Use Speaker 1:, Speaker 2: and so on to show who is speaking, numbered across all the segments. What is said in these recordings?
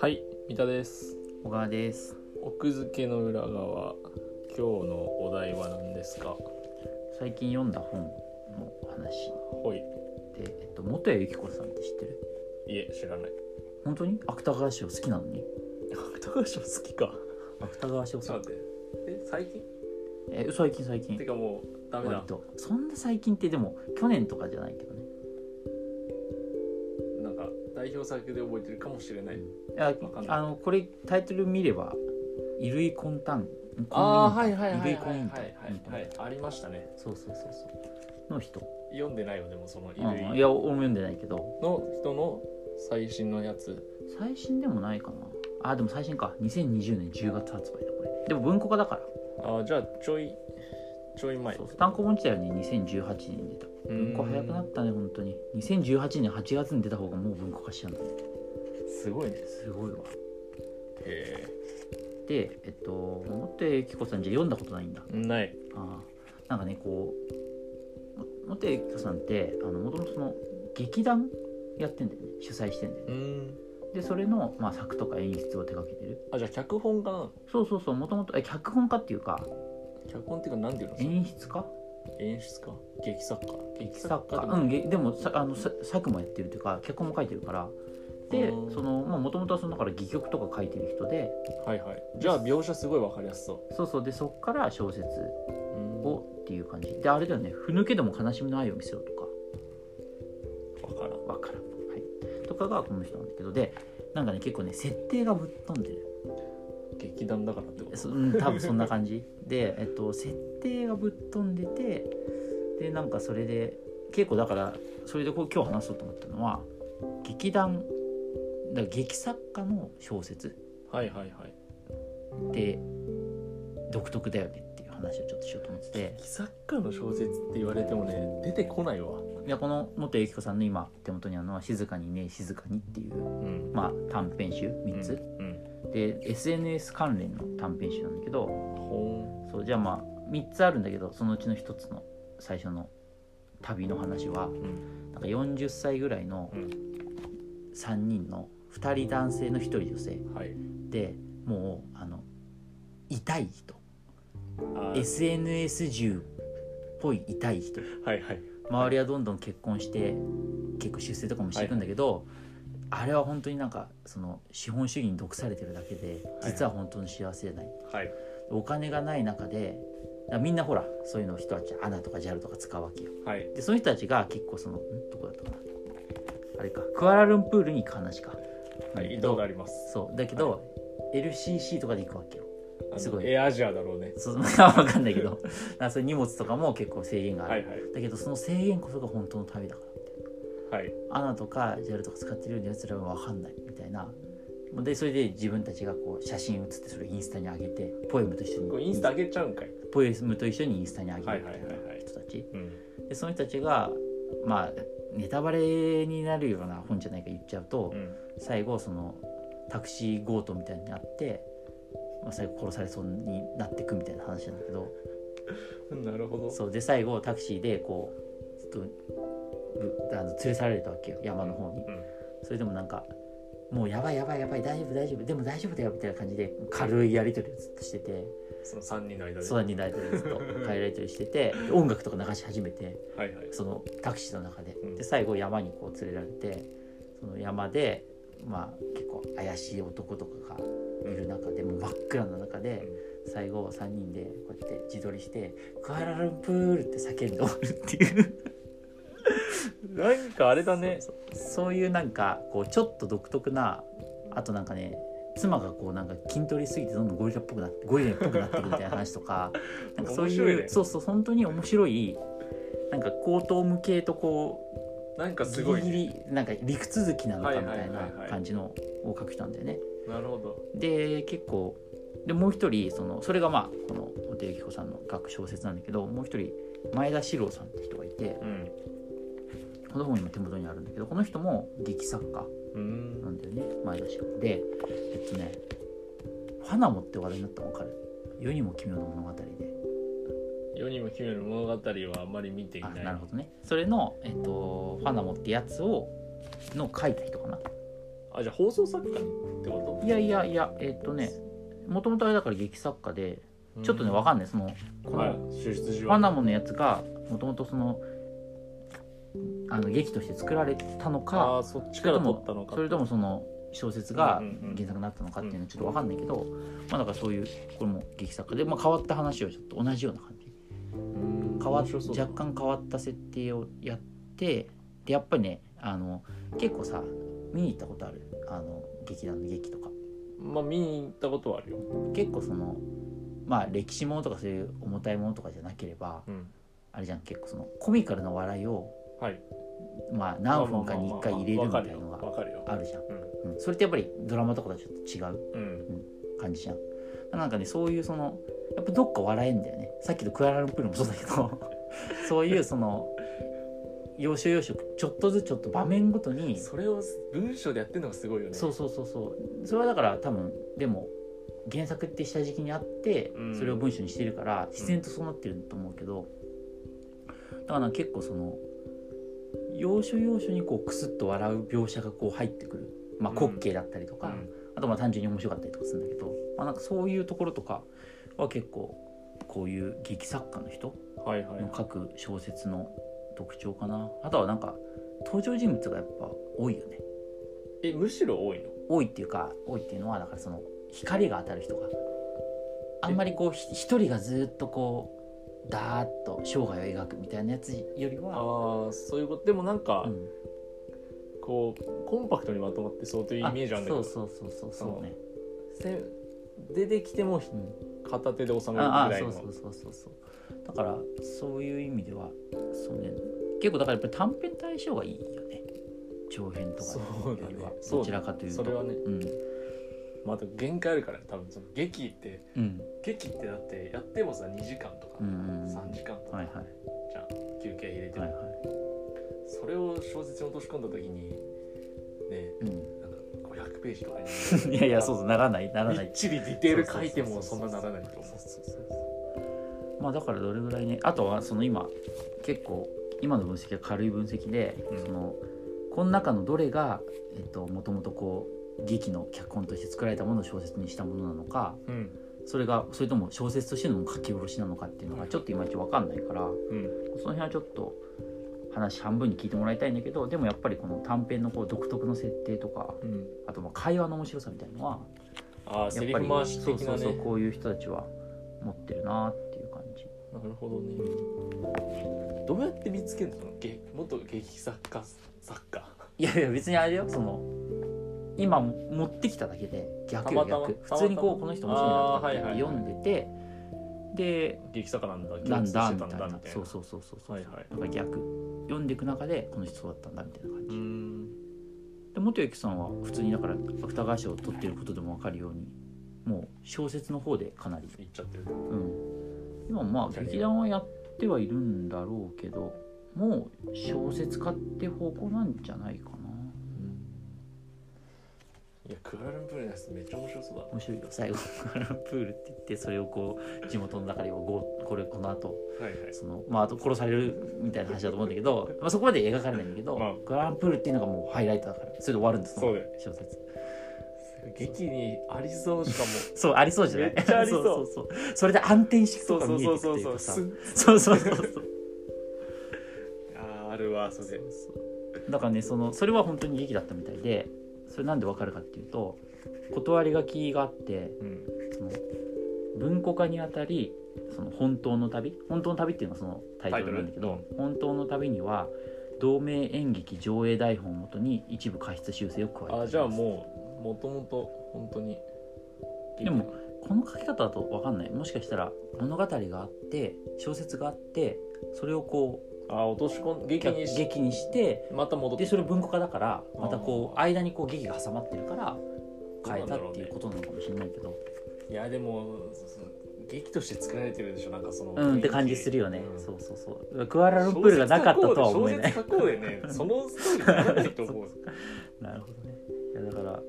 Speaker 1: はい三田です
Speaker 2: 小川です
Speaker 1: 奥付けの裏側今日のお題は何ですか
Speaker 2: 最近読んだ本の話
Speaker 1: ほい
Speaker 2: で、えっと、元谷由紀子さんって知ってる
Speaker 1: いえ知らない
Speaker 2: 本当に芥川賞好きなのに
Speaker 1: 芥川賞好きか
Speaker 2: 芥川賞
Speaker 1: ちょ
Speaker 2: さん
Speaker 1: っと待ってえ最近
Speaker 2: え最近最
Speaker 1: て
Speaker 2: 近
Speaker 1: かもうダメだ
Speaker 2: 割とそんな最近ってでも去年とかじゃないけどね
Speaker 1: なんか代表作で覚えてるかもしれない
Speaker 2: いや
Speaker 1: かんない
Speaker 2: あのこれタイトル見れば「衣類混沌」
Speaker 1: ああは
Speaker 2: 婚姻
Speaker 1: いはいはいはいは
Speaker 2: 衣類
Speaker 1: い
Speaker 2: 婚姻
Speaker 1: は
Speaker 2: 体
Speaker 1: いはいありましたね
Speaker 2: そうそうそうそうの人、
Speaker 1: 読んでないよでもその衣
Speaker 2: うん、い
Speaker 1: 類
Speaker 2: や俺も読んでないけど
Speaker 1: の人の最新のやつ
Speaker 2: 最新でもないかなあでも最新か2020年10月発売だこれでも文庫化だから
Speaker 1: ああじゃあちょいちょい前
Speaker 2: そうそう単行本自体はね2018年に出た文庫早くなったね本当に2018年8月に出た方がもう文庫化しちゃうんだね
Speaker 1: すごいね
Speaker 2: すごいわ
Speaker 1: へ
Speaker 2: でえっともってゆきこさんじゃ読んだことないんだ
Speaker 1: えない
Speaker 2: あーなんかねこうもってゆきこさんってあの元々その劇団やってんだよね主催してんだよね
Speaker 1: うん
Speaker 2: でそれの、まあ、作とか演出を手掛けてる
Speaker 1: あじゃあ脚本家なの
Speaker 2: そうそうそうもともと脚本家っていうか
Speaker 1: 脚本っていうか何ていうのそれ
Speaker 2: 演出家
Speaker 1: 演出家劇作家劇
Speaker 2: 作家うんげでもさあのさ作もやってるというか脚本も書いてるからで
Speaker 1: うん
Speaker 2: そのもともとはそのだから戯曲とか書いてる人で
Speaker 1: はいはいじゃあ描写すごいわかりやすそ
Speaker 2: そうそうでそっから小説
Speaker 1: ううんわ
Speaker 2: をっていう感じであれだよね「ふぬけども悲しみの愛を見せよ」とか
Speaker 1: からん
Speaker 2: 「わからん」はい、とかがこの人なんだけどでなんかね結構ね設定がぶっ飛んでる
Speaker 1: 劇団だからってこと
Speaker 2: そうん多分そんな感じで、えっと、設定がぶっ飛んでてでなんかそれで結構だからそれでこう今日話そうと思ったのは劇団だから劇作家の小説
Speaker 1: はいはいはい
Speaker 2: って独特だよねっていう話をちょっとしようと思ってて。
Speaker 1: 劇作家の小説って言われてもね出てこないわ
Speaker 2: いやこの元由紀子さんの今手元にあるのは「静かにね静かに」っていう、
Speaker 1: うん
Speaker 2: まあ、短編集3
Speaker 1: うん
Speaker 2: つ、
Speaker 1: うん
Speaker 2: で SNS 関連の短編集なんだけど
Speaker 1: ほ
Speaker 2: そうじゃあまあ3つあるんだけどそのうちの1つの最初の旅の話は、
Speaker 1: ん
Speaker 2: なんか40歳ぐらいの
Speaker 1: うん
Speaker 2: 3人の2人男性の1人女性
Speaker 1: んはい
Speaker 2: でもうあの痛い人
Speaker 1: あー
Speaker 2: SNS 中っぽい痛い人
Speaker 1: はいはい
Speaker 2: 周りはどんどん結婚して結構出世とかもしていくんだけど、あれは本当になんかその資本主義に毒されてるだけで
Speaker 1: はい
Speaker 2: 実は本当の幸せじゃない、
Speaker 1: はい
Speaker 2: お金がない中でだからみんなほらそういうの人たちアナとか JAL とか使うわけよ
Speaker 1: はい
Speaker 2: でその人たちが結構そのんどこだったかなあれかクアラルンプールに行く話か
Speaker 1: はい移動があります
Speaker 2: そうだけど、LCC とかで行くわけよ
Speaker 1: あの
Speaker 2: すごい
Speaker 1: エアアジアだろうね
Speaker 2: そうわかんないけ どだからそういう荷物とかも結構制限がある、
Speaker 1: はいはい
Speaker 2: だけどその制限こそが本当の旅だからみたいな
Speaker 1: はい
Speaker 2: アナとか JAL とか使ってるようなやつらは分かんないみたいなでそれで自分たちがこう写真写ってそれをインスタに上げてポエムと一緒
Speaker 1: これ
Speaker 2: に
Speaker 1: インスタ上げちゃうんかい
Speaker 2: ポエムと一緒にインスタに上げるみたい
Speaker 1: はいはいはいは
Speaker 2: ない人たち
Speaker 1: うん
Speaker 2: でその人たちがまあネタバレになるような本じゃないか言っちゃうと、
Speaker 1: うん
Speaker 2: 最後そのタクシー強盗みたいになって、まあ、最後殺されそうになってくみたいな話なんだけど
Speaker 1: うんなるほど
Speaker 2: そうで最後タクシーでこうずっとぶあの連れ去られたわけよ山の方に。
Speaker 1: うん
Speaker 2: それでもなんかもうやばいやばいやばい大丈夫大丈夫でも大丈夫だよみたいな感じで軽いやり取りをずっとしてて
Speaker 1: その三人の間で
Speaker 2: そ空に大統領ずっと変えられたりしてて音楽とか流し始めて
Speaker 1: はいはい
Speaker 2: そのタクシーの中で
Speaker 1: うん
Speaker 2: で最後山にこう連れられてその山でまあ結構怪しい男とかがいる中でもう真っ暗な中で最後3人でこうやって自撮りして「クアラルンプール!」って叫んでおるっていう
Speaker 1: なんかあれだね
Speaker 2: そういうなんかこうちょっと独特なあとなんかね妻がこうなんか筋トレしすぎてどんどんゴリラっぽくなってゴリラっぽくなってるみたいな話とかなんかそう
Speaker 1: 面白
Speaker 2: い
Speaker 1: いうね
Speaker 2: そうそう本当に面白いなんか高等無形とこ
Speaker 1: なんか
Speaker 2: う
Speaker 1: すごい
Speaker 2: ギ
Speaker 1: ね
Speaker 2: リギリなんか陸続きなのかみたい
Speaker 1: はいは
Speaker 2: ない
Speaker 1: はいはい
Speaker 2: 感じのを書く人なんだよね。
Speaker 1: なるほど
Speaker 2: で結構でもう一人そのそれがまあこの小手由紀子さんの学小説なんだけどもう一人前田史郎さんって人がいて
Speaker 1: うん
Speaker 2: この本今手元にあるんだけどこの人も劇作家。
Speaker 1: うん
Speaker 2: なんだよね前田白でえっとね「花も」って話題になったの分かる世にも奇妙な物語で
Speaker 1: い世にも奇妙な物語はあんまり見てい
Speaker 2: あ
Speaker 1: ない
Speaker 2: なるほどねそれの、えっとファナモってやつをの書いた人かな
Speaker 1: あじゃあ放送作家ってこ
Speaker 2: いやいやいやえっとねもともとあれだから劇作家で
Speaker 1: と
Speaker 2: ちょっとね
Speaker 1: わ
Speaker 2: わかんないそのこ
Speaker 1: はい
Speaker 2: の
Speaker 1: 出出自
Speaker 2: フ
Speaker 1: は
Speaker 2: ァナモのやつがもともとそのあの劇として作られたの
Speaker 1: あ
Speaker 2: か
Speaker 1: ーそっち
Speaker 2: そ
Speaker 1: か
Speaker 2: れ
Speaker 1: ら
Speaker 2: と
Speaker 1: 取ったの
Speaker 2: も
Speaker 1: か
Speaker 2: それともその小説が
Speaker 1: うんうんうん
Speaker 2: 原作になったのかっていうのはちょっとわかんないけど、まあ、だからそういうこれも劇作家で、まあ、変わった話をちょっと同じような感じ
Speaker 1: うん
Speaker 2: 変わっ
Speaker 1: 面白そうだ
Speaker 2: 若干変わった設定をやってでやっぱりねあの結構さ見に行ったことあるあの劇団の劇とか
Speaker 1: まあ見に行ったことはあるよ、
Speaker 2: 結構そのまあ歴史ものとかそういう重たいものとかじゃなければ
Speaker 1: うん、
Speaker 2: あれじゃん結構そのコミカルな笑いを
Speaker 1: はい
Speaker 2: まあ何分かに1回入れるみたいなの
Speaker 1: わかるよ
Speaker 2: が
Speaker 1: わかるよ
Speaker 2: あるじゃん、うん、それってやっぱりドラマとかとはちょっと違う
Speaker 1: うん
Speaker 2: 感じじゃんなんかねそういうそのやっぱどっか笑えんだよねさっきのクアラルンプールもそうだけ どそういうその要所要所ちょっとずつちょっと場面ごとに
Speaker 1: それを文章でやってるのがすごいよね
Speaker 2: そうそうそうそうそれはだから多分でも原作って下敷きにあって
Speaker 1: うん
Speaker 2: それを文章にしてるから自然とそうなってると思うけどだから結構その要所要所にこうクスッと笑う描写がこう入ってくる、まあ、
Speaker 1: うん
Speaker 2: 滑稽だったりと
Speaker 1: う
Speaker 2: か、
Speaker 1: ん
Speaker 2: あとまあ単純に面白かったりとかするんだけど、まあ、なんかそういうところとかは結構こういう劇作家の人
Speaker 1: はいはい
Speaker 2: の書く小説の特徴かなあとはなんか登場人物がやっぱ多いよね
Speaker 1: えむしろ多いの
Speaker 2: 多いっていうか多いっていうのはだからその光が当たる人があんまりこうひ一人がずっとこうダーッと生涯を描くみたいなやつよりは、
Speaker 1: ああそういうことでもなんか、
Speaker 2: うん
Speaker 1: こうコンパクトにまとまってそうというイメージあるんだけど
Speaker 2: そうそうそうそうそうね、
Speaker 1: せ出てきてもひ
Speaker 2: うん、
Speaker 1: 片手で収めるぐ
Speaker 2: ああ
Speaker 1: らい
Speaker 2: そ
Speaker 1: の
Speaker 2: うそうそうそうそうだからそういう意味ではそうね結構だからやっぱり短編対象がいいよね長編とか
Speaker 1: そうだね
Speaker 2: よりは
Speaker 1: そうだね
Speaker 2: どちらかというと
Speaker 1: それはね
Speaker 2: うん、
Speaker 1: まあ、あと限界あるからね多分その劇って
Speaker 2: うん
Speaker 1: 劇ってだってやってもさ2時間とか、
Speaker 2: うんうん
Speaker 1: 3時間とか、
Speaker 2: はいは
Speaker 1: じゃん休憩入れ
Speaker 2: い
Speaker 1: ても、
Speaker 2: はいはい
Speaker 1: それを小説に落とし込んだ時にね
Speaker 2: う
Speaker 1: なんか500ページとかに
Speaker 2: ん いやいやそうそうならないなら
Speaker 1: み
Speaker 2: な
Speaker 1: っ
Speaker 2: い
Speaker 1: ちりディテール書いてもそんなならないと思う
Speaker 2: まあだからどれぐらいねあとはその今結構今の分析は軽い分析で、
Speaker 1: うん
Speaker 2: そのこの中のどれがえっともともとこう劇の脚本として作られたものを小説にしたものなのか、
Speaker 1: うん
Speaker 2: それがそれとも小説としての書き下ろしなのかっていうのがちょっといまいち分かんないから
Speaker 1: うん
Speaker 2: その辺はちょっと話半分に聞いてもらいたいんだけどでもやっぱりこの短編のこう独特の設定とか
Speaker 1: うん
Speaker 2: あとまあ会話の面白さみたいのは
Speaker 1: ああ
Speaker 2: や
Speaker 1: セ
Speaker 2: っ
Speaker 1: リ
Speaker 2: ぱ
Speaker 1: フ
Speaker 2: り
Speaker 1: 回し
Speaker 2: そう
Speaker 1: 的
Speaker 2: そ
Speaker 1: な
Speaker 2: うそう
Speaker 1: ね
Speaker 2: こういう人たちは持ってるなっていう感じ
Speaker 1: なるほどねどうやって見つけるのそのげ元劇作家作家
Speaker 2: いやいや別にあれだよその今持ってきただけで逆
Speaker 1: た
Speaker 2: よ
Speaker 1: またま
Speaker 2: 逆普通にこうこの人面白いなとか
Speaker 1: あーは
Speaker 2: って言って
Speaker 1: いはいはい
Speaker 2: 読んでてで
Speaker 1: 劇作家なんだ
Speaker 2: な
Speaker 1: 共
Speaker 2: ん
Speaker 1: 通
Speaker 2: だ
Speaker 1: して
Speaker 2: み
Speaker 1: た
Speaker 2: た
Speaker 1: ん
Speaker 2: い
Speaker 1: だ
Speaker 2: な
Speaker 1: みたいな
Speaker 2: そうそうそうそうそう、
Speaker 1: はいはい
Speaker 2: だから逆読んでいく中でこの人そうだったんだみたいな感
Speaker 1: う
Speaker 2: じ、
Speaker 1: ん
Speaker 2: で元幸さんは普通にだから芥川賞を取ってることでも分かるようにもう小説の方でかなり、
Speaker 1: 言っちゃってる
Speaker 2: うん、今まあ劇団はやってはいるんだろうけどもう小説家って方向なんじゃないかない
Speaker 1: やクアラルンプールのやつめっちゃ面白そうだ
Speaker 2: 面白いよ 最後カラプールって言ってそれをこう地元の中ではこうこれこの後
Speaker 1: はいはい
Speaker 2: そのまああと殺されるみたいな話だと思うんだけど、まあ、そこまで描かれないんだけど、
Speaker 1: まあ
Speaker 2: グランプールっていうのがもうハイライトだからそれで終わるんです
Speaker 1: そうだよ
Speaker 2: 小説
Speaker 1: 劇にありそうしかも
Speaker 2: そうありそうじゃない
Speaker 1: めっちゃありそう
Speaker 2: そうそうそうそれで暗転していく
Speaker 1: そ
Speaker 2: と
Speaker 1: う
Speaker 2: か
Speaker 1: そう
Speaker 2: 見え
Speaker 1: そ
Speaker 2: て
Speaker 1: うそうそう
Speaker 2: くとい
Speaker 1: う
Speaker 2: かさ
Speaker 1: す
Speaker 2: そうそうそうそうそう
Speaker 1: あーあるわそれ
Speaker 2: だからねそのそれは本当に劇だったみたいでそれなんでわかるかっていうと断り書きがあって
Speaker 1: うん
Speaker 2: その文庫化にあたりその本当の旅本当の旅っていうのはそのタイトルなんだけ
Speaker 1: タイ
Speaker 2: ど
Speaker 1: ト
Speaker 2: 本当の旅には同名演劇上映台本をもとに一部過失修正を加え
Speaker 1: あ
Speaker 2: ておりま
Speaker 1: ー
Speaker 2: す
Speaker 1: じゃあもうもともと本当に
Speaker 2: でもこの書き方だと分かんないもしかしたら物語があって小説があってそれをこ
Speaker 1: あー落とし込ん
Speaker 2: う
Speaker 1: 劇にし
Speaker 2: 劇にして
Speaker 1: また戻って
Speaker 2: でそれ文庫化だからまたこう
Speaker 1: あ
Speaker 2: 間にこう劇が挟まってるから変
Speaker 1: どうな
Speaker 2: えた
Speaker 1: んだろ
Speaker 2: っ
Speaker 1: う
Speaker 2: て
Speaker 1: ね
Speaker 2: いうことなのかもしれないけど
Speaker 1: いやでもそその劇として作られてるでしょなんかその
Speaker 2: うんって感じするよね
Speaker 1: うん
Speaker 2: そうそうそうクアラルンプールがなかったとは思えない
Speaker 1: 小説書こうでねそのストーリーにならないと思う
Speaker 2: なるほどねいやだから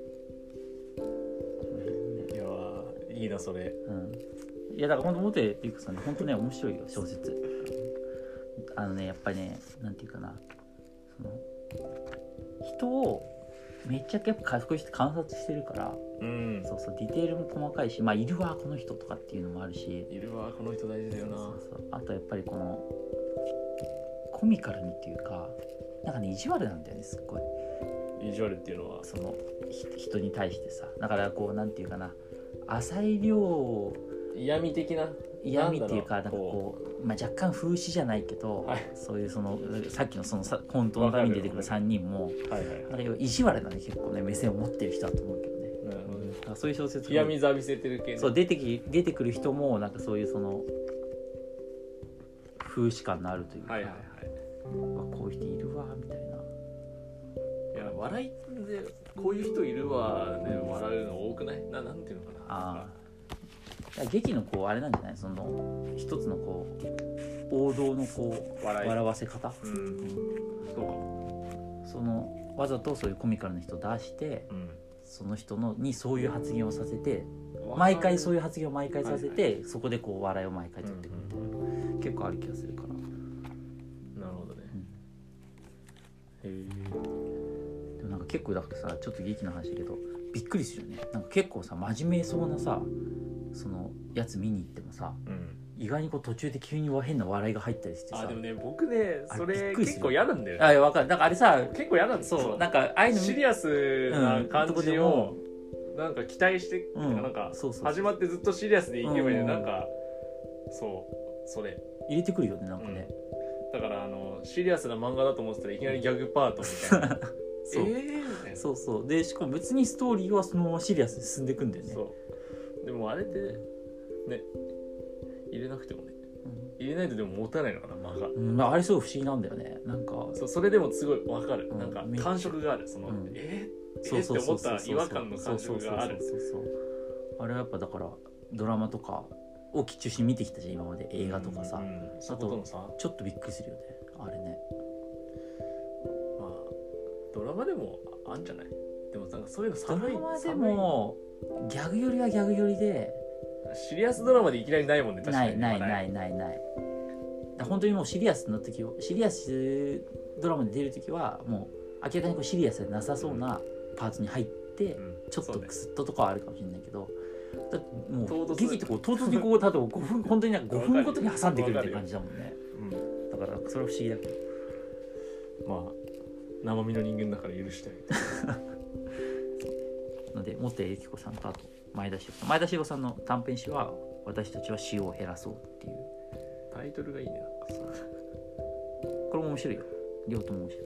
Speaker 1: いやーいいなそれ
Speaker 2: うんいやだから本当元ゆうこさんね本当ね面白いよ小説あのねやっぱりねなんていうかなその人をめっちゃやっぱ賢い人観察してるから
Speaker 1: うん
Speaker 2: そうそうディテールも細かいしまあいるわこの人とかっていうのもあるし
Speaker 1: いるわこの人大事だよな
Speaker 2: そうそうあとやっぱりこのコミカルにっていうかなんかね意地悪なんだよねすっごい
Speaker 1: 意地悪っていうのは
Speaker 2: そのひ人に対してさだからこうなんていうかな浅い量
Speaker 1: 嫌味的な
Speaker 2: 嫌味っていうか
Speaker 1: なだ
Speaker 2: なんんか
Speaker 1: ろう
Speaker 2: こう、まあ、若干風刺じゃないけど、
Speaker 1: はい
Speaker 2: そういうそのさっきのそのさコントのために出てくる3人も
Speaker 1: はいはい
Speaker 2: なんか要は意地悪なね結構ね目線を持ってる人だと思うけどね
Speaker 1: なるほどね
Speaker 2: なんかそういう小説
Speaker 1: 嫌味ざ見せてる系の
Speaker 2: そう出てき出てくる人もなんかそういうその風刺感のあるというか、
Speaker 1: はいはいは
Speaker 2: うわこういう人いるわみたいない
Speaker 1: いや笑いでこういう人いるわね笑うの多くないななんていうのかな
Speaker 2: あーだから劇のこうあれなんじゃないその一つのこう王道のこう
Speaker 1: 笑い
Speaker 2: 笑わせ方
Speaker 1: うんそうかも
Speaker 2: そのわざとそういうコミカルな人を出してその人のにそういう発言をさせて
Speaker 1: うん
Speaker 2: 毎回そうういう発言を毎回させ
Speaker 1: は
Speaker 2: てそこでこう笑いを毎回
Speaker 1: んう
Speaker 2: 取ってくるみたい
Speaker 1: ん
Speaker 2: な結構ある気がするから
Speaker 1: うんなるほどねへ
Speaker 2: でもなんか結構だからさちょっと劇の話だけどびっくりするよねなんか結構さ真面目そうなさそのやつ見に行ってもさ
Speaker 1: えうん
Speaker 2: 意外にこう途中で急にわ変な笑いが入ったりして
Speaker 1: あ
Speaker 2: さ
Speaker 1: でもね僕ね
Speaker 2: あ
Speaker 1: そ
Speaker 2: び
Speaker 1: れ
Speaker 2: っくり
Speaker 1: 結
Speaker 2: する
Speaker 1: 構嫌なんだよね
Speaker 2: あいやわかるなんかあれさ
Speaker 1: 結構嫌なんですよ
Speaker 2: そうなんかああいうの
Speaker 1: シリアスな感じをなんか期待して、
Speaker 2: うん
Speaker 1: なんか
Speaker 2: そうそう
Speaker 1: 始まってずっとシリアスでいけばいいのに
Speaker 2: うん
Speaker 1: なんかそうそれ
Speaker 2: 入れてくるよねなんかね、
Speaker 1: だからあのシリアスな漫画だと思ってたらいきなりギャグパートみたい なえ
Speaker 2: そう、
Speaker 1: ーみたいな
Speaker 2: そうそうでしかも別にストーリーはそのままシリアスに進んでいくんだよね
Speaker 1: そうでもあれってね入れなくてもね
Speaker 2: うん
Speaker 1: 入れないとでも持たないのかな間が
Speaker 2: うん、まああれすごい不思議なんだよねなんか
Speaker 1: そうそれでもすごいわかる、
Speaker 2: うん
Speaker 1: なんか
Speaker 2: めっちゃ
Speaker 1: 感触があるその、
Speaker 2: うん
Speaker 1: えー、
Speaker 2: そ
Speaker 1: え
Speaker 2: う
Speaker 1: ー、って
Speaker 2: そう
Speaker 1: 思
Speaker 2: そう
Speaker 1: っ
Speaker 2: そう
Speaker 1: た
Speaker 2: そう
Speaker 1: 違和感の感触がある
Speaker 2: そうそうそうそうあれはやっぱだからドラマとかを中心に見てきたじゃん今まで映画とかさ、
Speaker 1: うんそことのさ
Speaker 2: ちょっとびっくりするよねあれね
Speaker 1: まあドラマでもああんじゃないでもなんかそういうの
Speaker 2: ド
Speaker 1: 寒い
Speaker 2: ラマでもギャグよりはギャグよりで
Speaker 1: 寒いシリアスドラマでいきなりないもんね確か
Speaker 2: ない
Speaker 1: に
Speaker 2: ないないいないないだから本当にもうシリアスな時をシリアスドラマで出る時はもう明らかにこうシリアスでなさそうなパーツに入って、ちょっとクスッととかはあるかもしれないけど、だっても
Speaker 1: 唐突
Speaker 2: う劇ってこう唐突にこう例えば5分本当 になんか5分ごとに挟んでくるみ
Speaker 1: わか
Speaker 2: たいな
Speaker 1: る
Speaker 2: 感じだもんね
Speaker 1: ね
Speaker 2: だからそれは不思議だけど
Speaker 1: うんまあ生身の人間だから許してあ
Speaker 2: ので元由紀子さんとあと前田志保さん前田志保さんの短編集は「私たちは塩を減らそう」っていう
Speaker 1: げるタイトルがいいねなんかさ
Speaker 2: これも面白いよ両方とも面白い